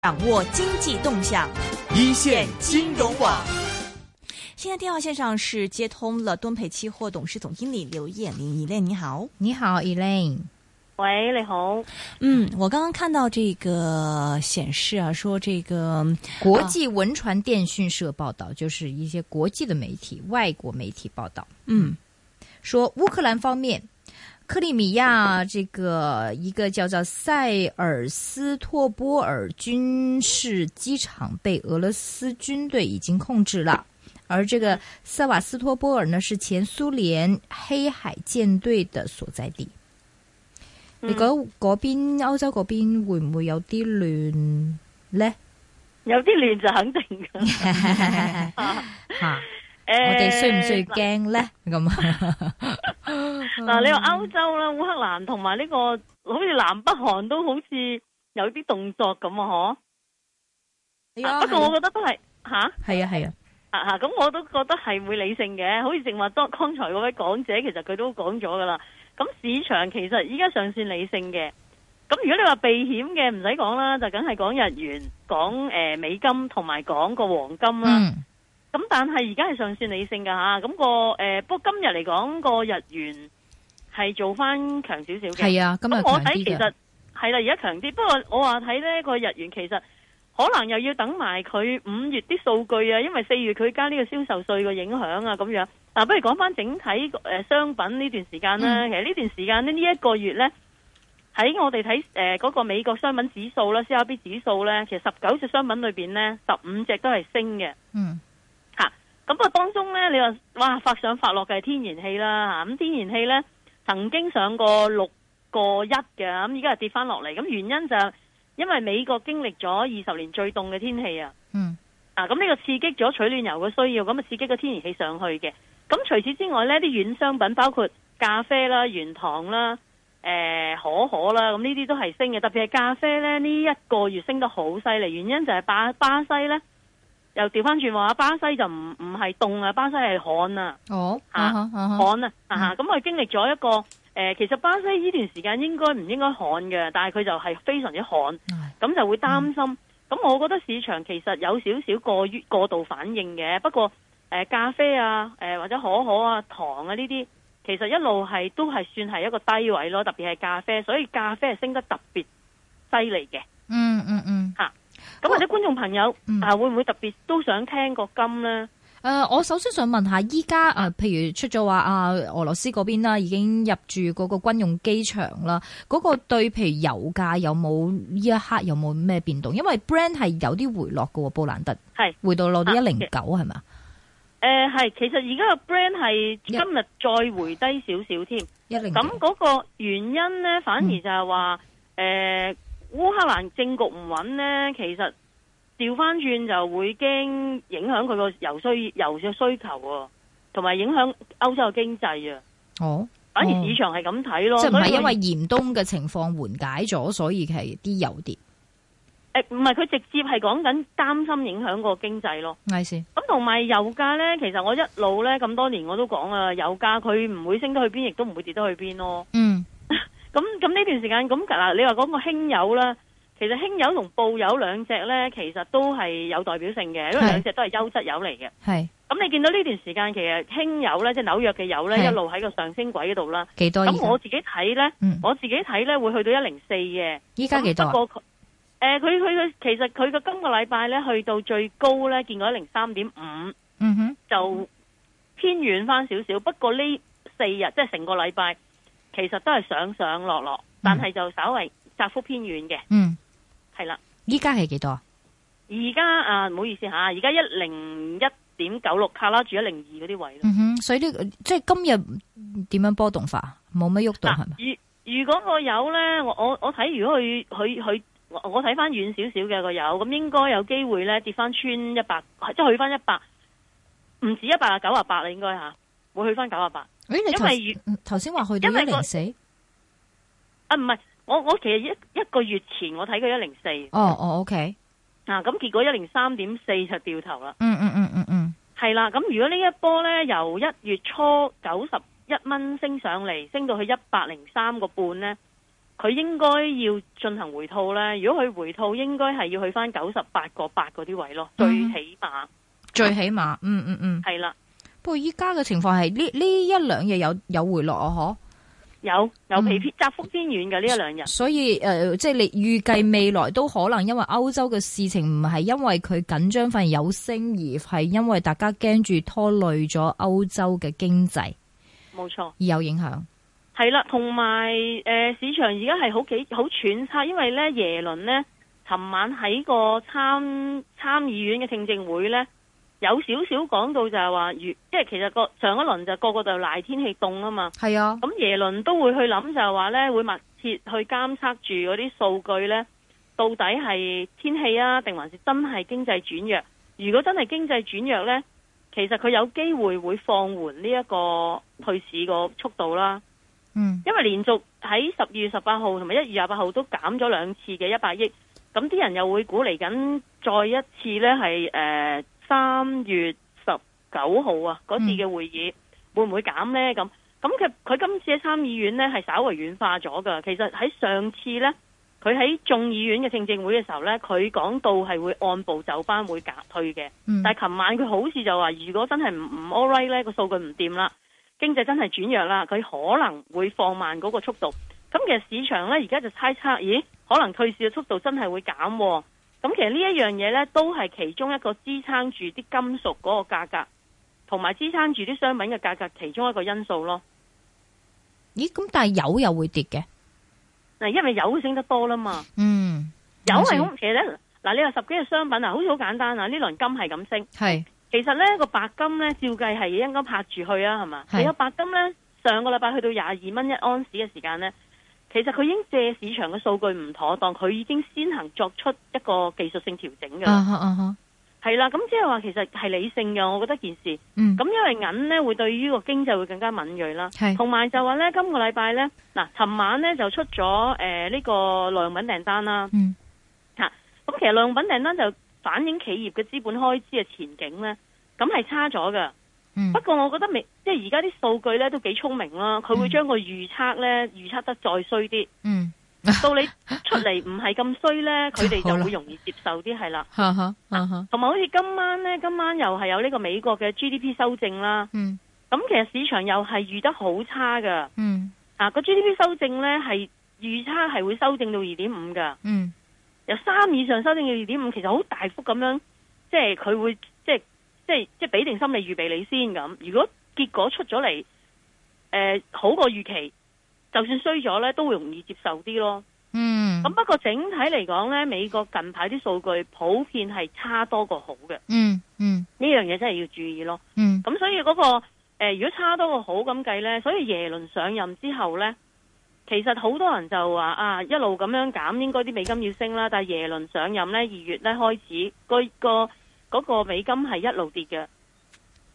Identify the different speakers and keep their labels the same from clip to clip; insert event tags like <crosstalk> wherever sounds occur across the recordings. Speaker 1: 掌握经济动向，
Speaker 2: 一线金融网。
Speaker 1: 现在电话线上是接通了敦培期货董事总经理刘艳玲，艳玲你好。
Speaker 3: 你好，Elaine。
Speaker 4: 喂，你好。
Speaker 1: 嗯，我刚刚看到这个显示啊，说这个
Speaker 3: 国际文传电讯社报道，就是一些国际的媒体、外国媒体报道，
Speaker 1: 嗯
Speaker 3: 说乌克兰方面，克里米亚这个一个叫做塞尔斯托波尔军事机场被俄罗斯军队已经控制了。而这个塞瓦斯托波尔呢，是前苏联黑海舰队的所在地。
Speaker 4: 嗯
Speaker 3: 你覺得嗰邊歐洲嗰邊會唔會有啲亂呢？
Speaker 4: 有啲亂就肯定噶。
Speaker 3: 嚇， <laughs> 我
Speaker 4: 我
Speaker 3: 哋需唔需要驚呢？
Speaker 4: 呃
Speaker 3: 咁啊，
Speaker 4: 嗱，你話歐洲啦、烏克蘭同埋呢個，好似南北韓都好似有啲動作咁啊！
Speaker 3: <laughs>
Speaker 4: 嗬、啊不過我覺得都係吓
Speaker 3: 係啊係啊，
Speaker 4: 啊吓，咁我都覺得係會理性嘅。好似正話當剛才嗰位講者，其實佢都講咗噶啦。咁市場其實依家尚算理性嘅。咁如果你話避險嘅，唔使講啦，就梗係講日元、講诶、呃美金同埋講個黃金啦。
Speaker 3: 嗯
Speaker 4: 咁但係而家係上線理性㗎吓，咁、個呃不過今日嚟講個日元係做翻強少少嘅。
Speaker 3: 係啊，今日
Speaker 4: 咁我
Speaker 3: 強
Speaker 4: 睇
Speaker 3: 啲
Speaker 4: 其
Speaker 3: 嘅
Speaker 4: 實，係啦，而家強啲。不過我話睇呢個日元其實可能又要等埋佢五月啲數據啊，因為四月佢加呢個銷售税個影響啊咁樣。嗱、不如講翻整體誒、呃商品呢段時間啦。
Speaker 3: 嗯
Speaker 4: 其實呢段時間呢，呢、一個月呢，喺我哋睇誒嗰個美國商品指數啦 （CRB 指數呢，其實十九隻商品裏邊呢，十五隻都係升嘅。
Speaker 3: 嗯
Speaker 4: 咁啊，當中呢，你話哇發上發落嘅係天然氣啦嚇，咁天然氣呢，曾經上過六個一嘅，咁而家係跌翻落嚟。咁原因就係因為美國經歷咗二十年最凍嘅天氣啊，
Speaker 3: 嗯
Speaker 4: 啊咁呢個刺激咗取暖油嘅需要，咁啊刺激個天然氣上去嘅。咁除此之外呢，啲軟商品包括咖啡啦、原糖啦、誒、可可啦，咁呢啲都係升嘅。特別係咖啡呢，呢一個月升得好犀利，原因就係巴巴西呢，又調翻轉話，巴西就唔唔係凍啊，巴西係旱啊。
Speaker 3: 哦，
Speaker 4: 嚇
Speaker 3: 啊哈啊哈
Speaker 4: 旱啊，啊哈咁佢經歷咗一個誒、呃其實巴西呢段時間應該唔應該旱嘅，但係佢就係非常之旱，
Speaker 3: 唉
Speaker 4: 咁就會擔心。咁、我覺得市場其實有少少過於過度反應嘅，不過誒、呃咖啡啊，誒、或者可可啊、糖啊呢啲，其實一路係都係算係一個低位咯，特別係咖啡，所以咖啡係升得特別犀利嘅。
Speaker 3: 嗯嗯嗯，
Speaker 4: 咁或者觀眾朋友、
Speaker 3: 嗯
Speaker 4: 啊，會唔會特別都想聽個金呢？
Speaker 3: 誒，呃我首先想問下，依家誒，譬如出咗話啊，俄羅斯嗰邊啦，已經入住嗰個軍用機場啦，嗰個對譬如油價有冇呢一刻有冇咩變動？因為 brand 係有啲回落嘅喎，布蘭特
Speaker 4: 係。
Speaker 3: 回到落到一零九係咪啊？
Speaker 4: 誒呃係，其實而家個 brand 係今日再回低少少添。
Speaker 3: 一零九
Speaker 4: 咁嗰個原因呢，反
Speaker 3: 嗯
Speaker 4: 而就係話誒烏克蘭政局唔穩呢，其實調翻轉就會驚影響佢個油需油嘅需求喎、同埋影響歐洲嘅經濟啊。
Speaker 3: 哦，
Speaker 4: 反而
Speaker 3: 哦
Speaker 4: 市場係咁睇咯，
Speaker 3: 即係唔
Speaker 4: 所以
Speaker 3: 係因
Speaker 4: 佢
Speaker 3: 為嚴冬嘅情況緩解咗，所以係啲油跌。
Speaker 4: 誒呃唔係佢直接係講緊擔心影響個經濟咯。
Speaker 3: I see，
Speaker 4: 咁同埋油價呢，其實我一路呢咁多年我都講啊，油價佢唔會升得去邊，亦都唔會跌得去邊咯。
Speaker 3: 嗯
Speaker 4: 咁咁呢段時間咁嗱，你話講個輕油啦，其實輕油同布油兩隻呢，其實都係有代表性嘅，因為
Speaker 3: 係
Speaker 4: 兩隻都係優質油嚟嘅。
Speaker 3: 係
Speaker 4: 咁你見到呢段時間其實輕油呢，即係紐約嘅油呢，
Speaker 3: 係
Speaker 4: 一路喺個上升軌嗰度啦。
Speaker 3: 幾多而
Speaker 4: 咁我
Speaker 3: 家？
Speaker 4: 自己睇呢，
Speaker 3: 嗯，
Speaker 4: 我自己睇呢會去到一零四嘅。
Speaker 3: 依家幾多
Speaker 4: 咁
Speaker 3: 啊？
Speaker 4: 不過佢誒佢佢佢其實佢個今個禮拜呢，去到最高呢，見過一零三點五，
Speaker 3: 嗯哼，
Speaker 4: 就偏遠翻少少。不過呢四日即係成個禮拜，其實都係上上落落，但係就稍為窄幅偏遠嘅，
Speaker 3: 嗯，
Speaker 4: 係啦。
Speaker 3: 依家係幾多啊？
Speaker 4: 而家啊，唔好意思吓，而家一零一點九六卡啦，住一零二嗰啲位咯。
Speaker 3: 嗯哼，所以呢個即係今日點樣波動法？冇乜喐動係咪？
Speaker 4: 如如果個油呢，我我我睇，如果佢佢佢，我我睇翻遠少少嘅個油，咁應該有機會呢跌翻穿一百，即係去翻一百，唔止一百啊，九啊八啦，應該吓，會去翻九啊八。
Speaker 3: 誒，你
Speaker 4: 因為
Speaker 3: 頭嗯頭先話去到
Speaker 4: 因
Speaker 3: 一
Speaker 4: 為個嗯
Speaker 3: 零四，
Speaker 4: 啊，唔係，我我其實一一個月前我睇佢一零四
Speaker 3: 哦哦，OK，
Speaker 4: 啊，咁結果一零三點四就掉頭啦。
Speaker 3: 嗯嗯嗯嗯嗯，
Speaker 4: 係啦，咁如果呢一波呢，由一月初九十一蚊升上嚟，升到去一百零三個半呢，佢應該要進行回吐咧。如果佢回吐，應該係要去翻九十八個八嗰啲位咯，最
Speaker 3: 嗯
Speaker 4: 起碼
Speaker 3: 最起碼，嗯嗯嗯。
Speaker 4: 係啦，
Speaker 3: 不過依家嘅情況係呢呢一兩日有有回落啊，
Speaker 4: 有有被
Speaker 3: 嗯
Speaker 4: 撇窄幅偏遠嘅呢一兩日
Speaker 3: 嗬。。所以誒、呃即係你預計未來都可能因為歐洲嘅事情唔係因為佢緊張反而有升，而係因為大家驚住拖累咗歐洲嘅經濟
Speaker 4: 冇錯，
Speaker 3: 而有影響。
Speaker 4: 係啦，同埋誒市場而家係好幾好揣測，因為咧耶倫咧，尋晚喺個參參議院嘅聽證會咧，有少少講到就係話，如即係其實個上一輪就個個就賴天氣凍啊嘛，
Speaker 3: 係啊，
Speaker 4: 咁耶倫都會去諗就係話咧，會密切去監測住嗰啲數據咧，到底係天氣啊，定還是真係經濟轉弱？如果真係經濟轉弱咧，其實佢有機會會放緩呢一個退市個速度啦。
Speaker 3: 嗯
Speaker 4: 因為連續喺十二月十八號同埋一月廿八號都減咗兩次嘅一百億，咁啲人又會估嚟緊再一次呢係誒三月十九號啊嗰次嘅會議、會唔會減呢？咁咁佢佢今次嘅參議院呢係稍為軟化咗㗎。其實喺上次呢，佢喺眾議院嘅聽證會嘅時候呢，佢講到係會按部就班會減退嘅。
Speaker 3: 嗯，
Speaker 4: 但係琴晚佢好似就話，如果真係唔唔 all right 咧，個數據唔掂啦，經濟真係轉弱啦，佢可能會放慢嗰個速度。咁其實市場呢，而家就猜測，咦，可能退市嘅速度真係會減喎。咁其實呢一樣嘢呢，都係其中一個支撐住啲金屬嗰個價格，同埋支撐住啲商品嘅價格其中一個因素咯。
Speaker 3: 咦咁但係油又會跌嘅，
Speaker 4: 嗱，因為油升得多啦嘛，
Speaker 3: 嗯，
Speaker 4: 油係
Speaker 3: 咁
Speaker 4: 好，其實呢，嗱，你話十幾隻商品啊，好似好簡單啊，呢輪金係咁升。
Speaker 3: 係
Speaker 4: 其實呢個白金呢，照計係應該拍住去啊，係嘛？
Speaker 3: 係
Speaker 4: 你有白金呢，上個禮拜去到廿二蚊一安士嘅時間呢，其實佢已經借市場嘅數據唔妥當，佢已經先行作出一個技術性調整㗎
Speaker 3: 啊
Speaker 4: 啦。
Speaker 3: 哈啊哈，
Speaker 4: 係啦、咁即係話其實係理性嘅，我覺得件事。
Speaker 3: 嗯，
Speaker 4: 咁因為銀呢會對於個經濟會更加敏鋭啦，
Speaker 3: 係
Speaker 4: 同埋就話呢，今個禮拜呢，嗱，尋晚呢就出咗誒呢個耐用品訂單啦。
Speaker 3: 嗯
Speaker 4: 咁其實耐用品訂單就反映企業嘅資本開支嘅前景呢，咁係差咗㗎。
Speaker 3: 嗯
Speaker 4: 不過我覺得未，即係而家啲數據咧都幾聰明啦，佢會將個預測咧預測得再衰啲，
Speaker 3: 嗯，
Speaker 4: 到你出嚟唔係咁衰
Speaker 3: <laughs>
Speaker 4: 咧，佢哋
Speaker 3: 好啦
Speaker 4: 就會容易接受啲係啦。
Speaker 3: 哈哈啊哈，
Speaker 4: 同埋好似今晚咧，今晚又係有呢個美國嘅 GDP 修正啦，
Speaker 3: 嗯
Speaker 4: 咁其實市場又係預得好差噶，
Speaker 3: 嗯
Speaker 4: 啊個 GDP 修正咧係預測係會修正到二點五噶，
Speaker 3: 嗯
Speaker 4: 由三以上修正到二點五，其實好大幅咁樣，即係佢會即係即係即係俾定心理預備你先咁。如果結果出咗嚟，誒、好過預期，就算衰咗呢，都會容易接受啲咯。
Speaker 3: 嗯，
Speaker 4: 咁不過整體嚟講呢，美國近排啲數據普遍係差多過好嘅，
Speaker 3: 嗯嗯
Speaker 4: 呢樣嘢真係要注意咯。
Speaker 3: 嗯
Speaker 4: 咁所以嗰、個、呃、如果差多過好咁計呢，所以耶倫上任之後呢，其實好多人就話啊，一路咁樣減，應該啲美金要升啦。但係耶倫上任呢，二月呢開始，個個嗰個美金係一路跌嘅，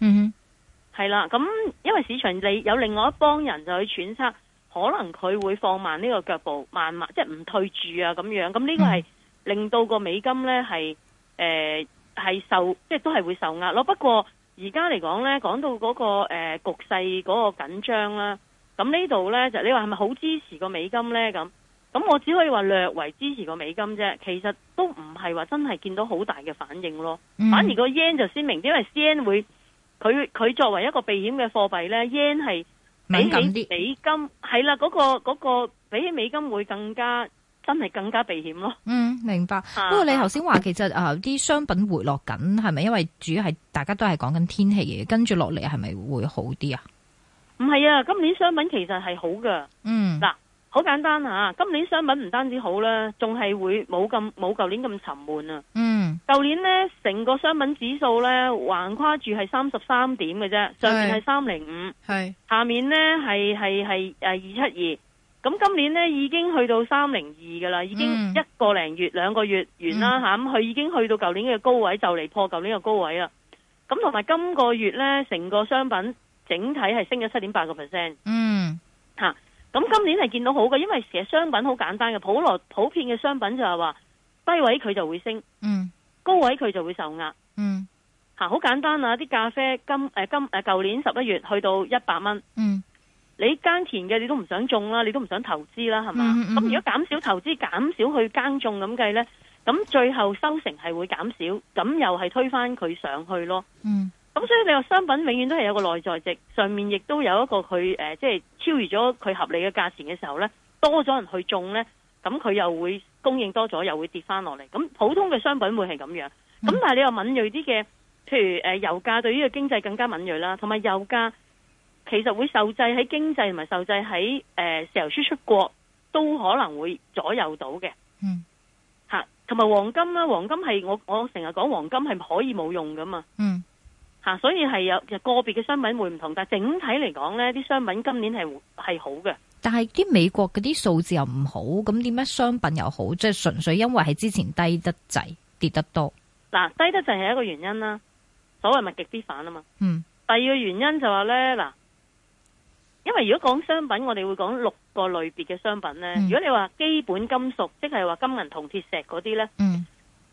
Speaker 3: 嗯哼。
Speaker 4: 係啦。咁因為市場你有另外一幫人就去揣測，可能佢會放慢呢個腳步，慢慢即係唔退住啊咁樣。咁呢個係令到個美金呢係誒係受即係都係會受壓咯。不過而家嚟講呢，講到嗰、個、呃、局勢嗰個緊張啦，咁呢度呢，就你話係咪好支持個美金呢？咁咁我只可以話略為支持個美金啫，其實都唔係話真係見到好大嘅反應咯。
Speaker 3: 嗯
Speaker 4: 反而個 yen 就鮮明啲，因為 yen 會佢佢作為一個避險嘅貨幣呢 yen 係
Speaker 3: 敏感
Speaker 4: 比起
Speaker 3: 啲，
Speaker 4: 美金係啦，嗰、個嗰、個比起美金會更加真係更加避險咯。
Speaker 3: 嗯，明白。
Speaker 4: 啊
Speaker 3: 不過你頭先話其實啊啲商品回落緊，係咪因為主要係大家都係講緊天氣嘅，跟住落嚟係咪會好啲啊？
Speaker 4: 唔係啊，今年商品其實係好㗎。
Speaker 3: 嗯，
Speaker 4: 嗱好簡單啊！今年商品唔單止好啦，仲係會冇咁冇舊年咁沉悶啊！
Speaker 3: 嗯
Speaker 4: 舊年呢，成個商品指數呢，橫跨住係三十三點嘅啫，上面係三零五，
Speaker 3: 係，
Speaker 4: 下面呢係係係誒二七二。咁今年呢已經去到三零二噶啦，已經
Speaker 3: 嗯
Speaker 4: 一個零月兩個月完啦吓，咁佢、已經去到舊年嘅高位，就嚟破舊年嘅高位啦。咁同埋今個月呢，成個商品整體係升咗七點八個 percent。
Speaker 3: 嗯
Speaker 4: 咁今年係見到好嘅，因為其實商品好簡單嘅，普羅普遍嘅商品就係話低位佢就會升，
Speaker 3: 嗯
Speaker 4: 高位佢就會受壓
Speaker 3: 嗯
Speaker 4: 嚇，好簡單啊！啲咖啡今誒、呃今誒舊、年十一月去到一百蚊，
Speaker 3: 嗯
Speaker 4: 你耕田嘅你都唔想種啦，你都唔想投資啦，係嘛？
Speaker 3: 嗯嗯嗯
Speaker 4: 咁、如果減少投資、減少去耕種咁計呢，咁最後收成係會減少，咁又係推返佢上去咯。
Speaker 3: 嗯
Speaker 4: 咁所以你話商品永遠都係有個內在值，上面亦都有一個佢誒、呃即係超越咗佢合理嘅價錢嘅時候呢，多咗人去種呢，咁佢又會供應多咗，又會跌翻落嚟。咁普通嘅商品會係咁樣。咁但係你又敏鋭啲嘅，譬如誒、呃油價對呢個經濟更加敏鋭啦，同埋油價其實會受制喺經濟同埋受制喺誒、呃石油輸出國都可能會左右到嘅。
Speaker 3: 嗯
Speaker 4: 嚇，同埋黃金啦，黃金係我我成日講黃金係可以冇用噶嘛。
Speaker 3: 嗯
Speaker 4: 吓、所以係有個別嘅商品會唔同，但係整體嚟講呢啲商品今年係係好嘅。
Speaker 3: 但係啲美國嗰啲數字又唔好，咁點解商品又好？即係純粹因為係之前低得滯，跌得多。
Speaker 4: 嗱，低得就係一個原因啦，所謂物極必反啊嘛。
Speaker 3: 嗯
Speaker 4: 第二個原因就話呢，嗱，因為如果講商品，我哋會講六個類別嘅商品呢。
Speaker 3: 嗯
Speaker 4: 如果你話基本金屬，即係話金銀銅鐵石嗰啲呢，
Speaker 3: 嗯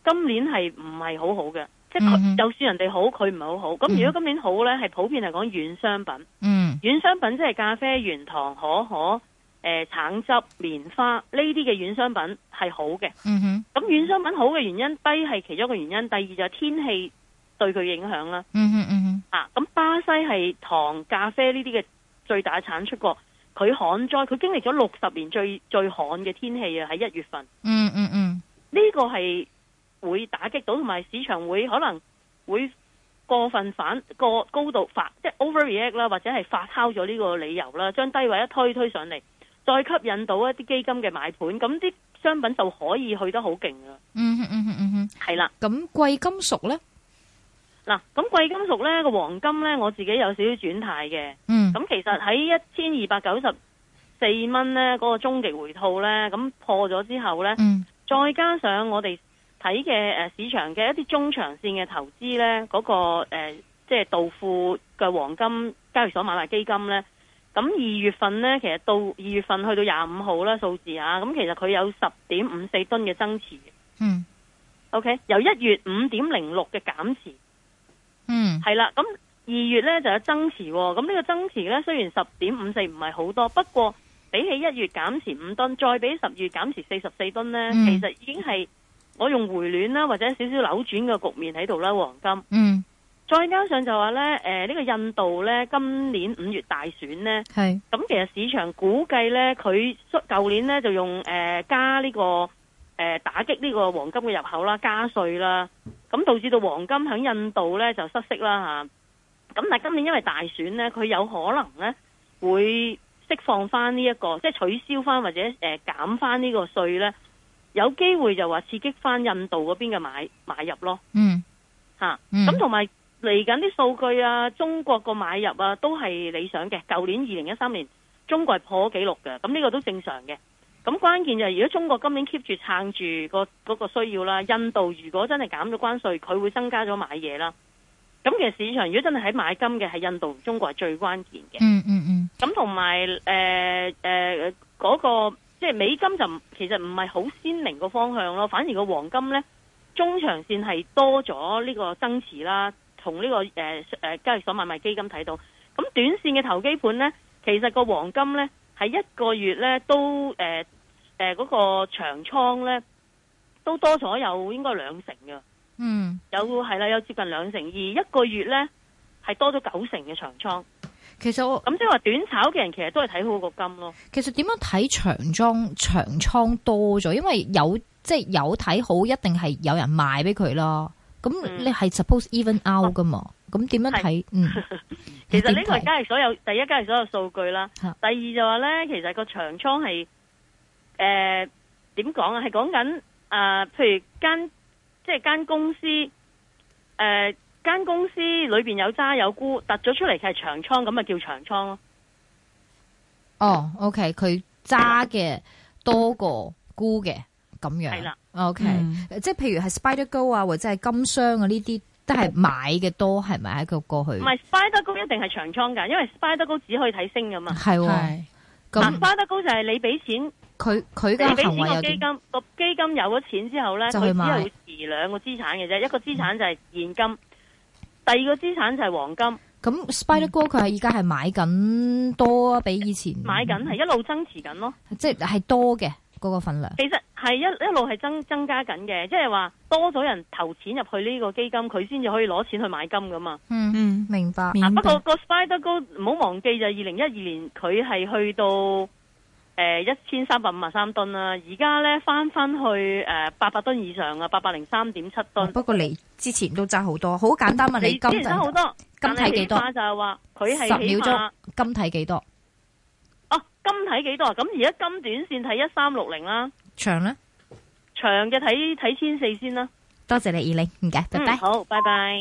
Speaker 4: 今年係唔係好好嘅？即係佢
Speaker 3: 嗯哼
Speaker 4: 就算人哋好，佢唔係好好。咁
Speaker 3: 嗯
Speaker 4: 如果今年好呢，係普遍嚟講軟商品。
Speaker 3: 嗯
Speaker 4: 軟商品即係咖啡、原糖、可可、誒、橙汁、棉花呢啲嘅軟商品係好嘅。
Speaker 3: 嗯哼
Speaker 4: 咁軟商品好嘅原因，低係其中一個原因，第二就係天氣對佢影響啦。
Speaker 3: 嗯哼嗯哼
Speaker 4: 啊，咁巴西係糖、咖啡呢啲嘅最大產出國，佢旱災，佢經歷咗六十年最最旱嘅天氣啊，喺一月份。
Speaker 3: 嗯嗯嗯
Speaker 4: 呢個係會打擊到，同埋市場會可能會過分反過高度發，即係 overreact 啦，或者係發酵咗呢個理由啦，將低位一推推上嚟，再吸引到一啲基金嘅買盤，咁啲商品就可以去得好勁噶啦。
Speaker 3: 嗯哼嗯哼嗯哼。
Speaker 4: 係啦，
Speaker 3: 咁貴金屬咧？
Speaker 4: 嗱，咁貴金屬呢個黃金呢，我自己有少少轉態嘅。
Speaker 3: 嗯
Speaker 4: 咁其實喺一千二百九十四蚊呢嗰、個終極回吐呢，咁破咗之後呢。
Speaker 3: 嗯
Speaker 4: 再加上我哋睇嘅誒呃市場嘅一啲中長線嘅投資呢，嗰、個、呃、即係道富嘅黃金交易所買賣基金呢。咁二月份呢，其實到二月份去到廿五號啦數字啊，咁其實佢有十點五四噸嘅增持
Speaker 3: 嗯
Speaker 4: ，OK，由一月五點零六嘅減持，
Speaker 3: 嗯
Speaker 4: 係啦，咁二月呢就有增持喎、咁呢個增持呢，雖然十點五四唔係好多，不過比起一月減持五噸，再比十月減持四十四噸呢，
Speaker 3: 嗯
Speaker 4: 其實已經係我用回暖啦，或者少少扭轉嘅局面喺度啦，黃金。
Speaker 3: 嗯
Speaker 4: 再加上就話呢，誒、呢、個印度呢，今年五月大選呢，
Speaker 3: 係
Speaker 4: 咁其實市場估計呢，佢舊年呢就用誒、呃加呢、個誒、呃打擊呢個黃金嘅入口啦，加稅啦，咁導致到黃金喺印度呢就失色啦嚇。咁但係今年因為大選呢，佢有可能呢會釋放翻呢一個，即係取消翻或者誒、呃、減翻呢個稅呢，有機會就話刺激翻印度嗰邊嘅買買入咯
Speaker 3: 嗯
Speaker 4: 嚇。
Speaker 3: 嗯
Speaker 4: 咁同埋嚟緊啲數據啊，中國個買入啊都係理想嘅。舊年二零一三年中國係破紀錄嘅，咁呢個都正常嘅。咁關鍵就係如果中國今年 keep 住撐住個嗰個需要啦，印度如果真係減咗關稅，佢會增加咗買嘢啦。咁其實市場如果真係喺買金嘅，係印度同中國係最關鍵嘅。
Speaker 3: 嗯嗯嗯
Speaker 4: 咁同埋誒誒嗰個即係美金就唔其實唔係好鮮明個方向咯，反而個黃金呢，中長線係多咗呢個增持啦，同呢、個誒誒、呃交易所買賣基金睇到。咁短線嘅投機盤呢，其實個黃金呢，係一個月呢都誒誒嗰個長倉呢，都多咗有應該兩成嘅，
Speaker 3: 嗯。
Speaker 4: 有係啦，有接近兩成，而一個月呢，係多咗九成嘅長倉。
Speaker 3: 其實我
Speaker 4: 咁即係話短炒嘅人其實都係睇好個金咯。
Speaker 3: 其實點樣睇長莊長倉多咗？因為有即係有睇好，一定係有人賣俾佢啦。咁
Speaker 4: 嗯
Speaker 3: 你係 suppose even out 噶嘛？咁點樣睇？嗯，
Speaker 4: 其實
Speaker 3: 點
Speaker 4: 呢個
Speaker 3: 睇嗯
Speaker 4: 係交易所有第一交易所有數據啦，
Speaker 3: 嚇
Speaker 4: 第二就話呢，其實個長倉係誒點講啊？係講緊啊，譬如間即係間公司誒間、公司裏邊有揸有沽，突咗出嚟佢係長倉，咁咪叫長倉咯。
Speaker 3: 哦，OK，佢揸嘅多過沽嘅咁樣。
Speaker 4: 係啦
Speaker 3: ，OK，即係
Speaker 1: 嗯
Speaker 3: 譬如係 Spider Go 啊，或者係金商啊呢啲，都係買嘅多，係咪喺個過去
Speaker 4: 唔？係 Spider 高一定係長倉㗎，因為 Spider 高只可以睇升㗎嘛。
Speaker 3: 係喎，
Speaker 4: 嗱
Speaker 3: 咁
Speaker 4: Spider 高就係你俾錢，
Speaker 3: 佢佢
Speaker 4: 啊你
Speaker 3: 嘅
Speaker 4: 俾
Speaker 3: 行
Speaker 4: 錢
Speaker 3: 為
Speaker 4: 個
Speaker 3: 有
Speaker 4: 基
Speaker 3: 啲
Speaker 4: 金，個基金有咗錢之後呢，
Speaker 3: 就
Speaker 4: 佢
Speaker 3: 去
Speaker 4: 只
Speaker 3: 買
Speaker 4: 係會持兩個資產嘅啫，一個資產就係現金，第二個資產就係黃金。
Speaker 3: 咁 Spider Go 佢係而家係買緊多啊，比以前
Speaker 4: 買緊係一路增持緊咯。
Speaker 3: 即係係多嘅嗰個份量。
Speaker 4: 其實係一一路係增增加緊嘅，即係話多咗人投錢入去呢個基金，佢先至可以攞錢去買金噶嘛。
Speaker 3: 嗯，
Speaker 1: 嗯，
Speaker 3: 明白。
Speaker 1: 明
Speaker 4: 啊不
Speaker 1: 白。
Speaker 4: 過個 Spider Go 唔好忘記就係二零一二年佢係去到誒一千三百五十三噸啦，而家咧翻翻去誒八百噸以上啊，八百零三點七噸。
Speaker 3: 啊不過你之前都揸好多，好簡單問你
Speaker 4: 哦之前
Speaker 3: 金
Speaker 4: 得好多，
Speaker 3: 金
Speaker 4: 但係
Speaker 3: 睇幾多
Speaker 4: 起碼就係話佢係
Speaker 3: 十
Speaker 4: 起
Speaker 3: 秒
Speaker 4: 碼
Speaker 3: 鐘金睇幾多
Speaker 4: 哦金睇幾多啊？咁而家金短線睇一三六零啦，
Speaker 3: 長咧？
Speaker 4: 長嘅睇睇千四先啦。嗯
Speaker 3: 多謝你，二零唔該，拜拜
Speaker 4: 嗯。好，拜拜。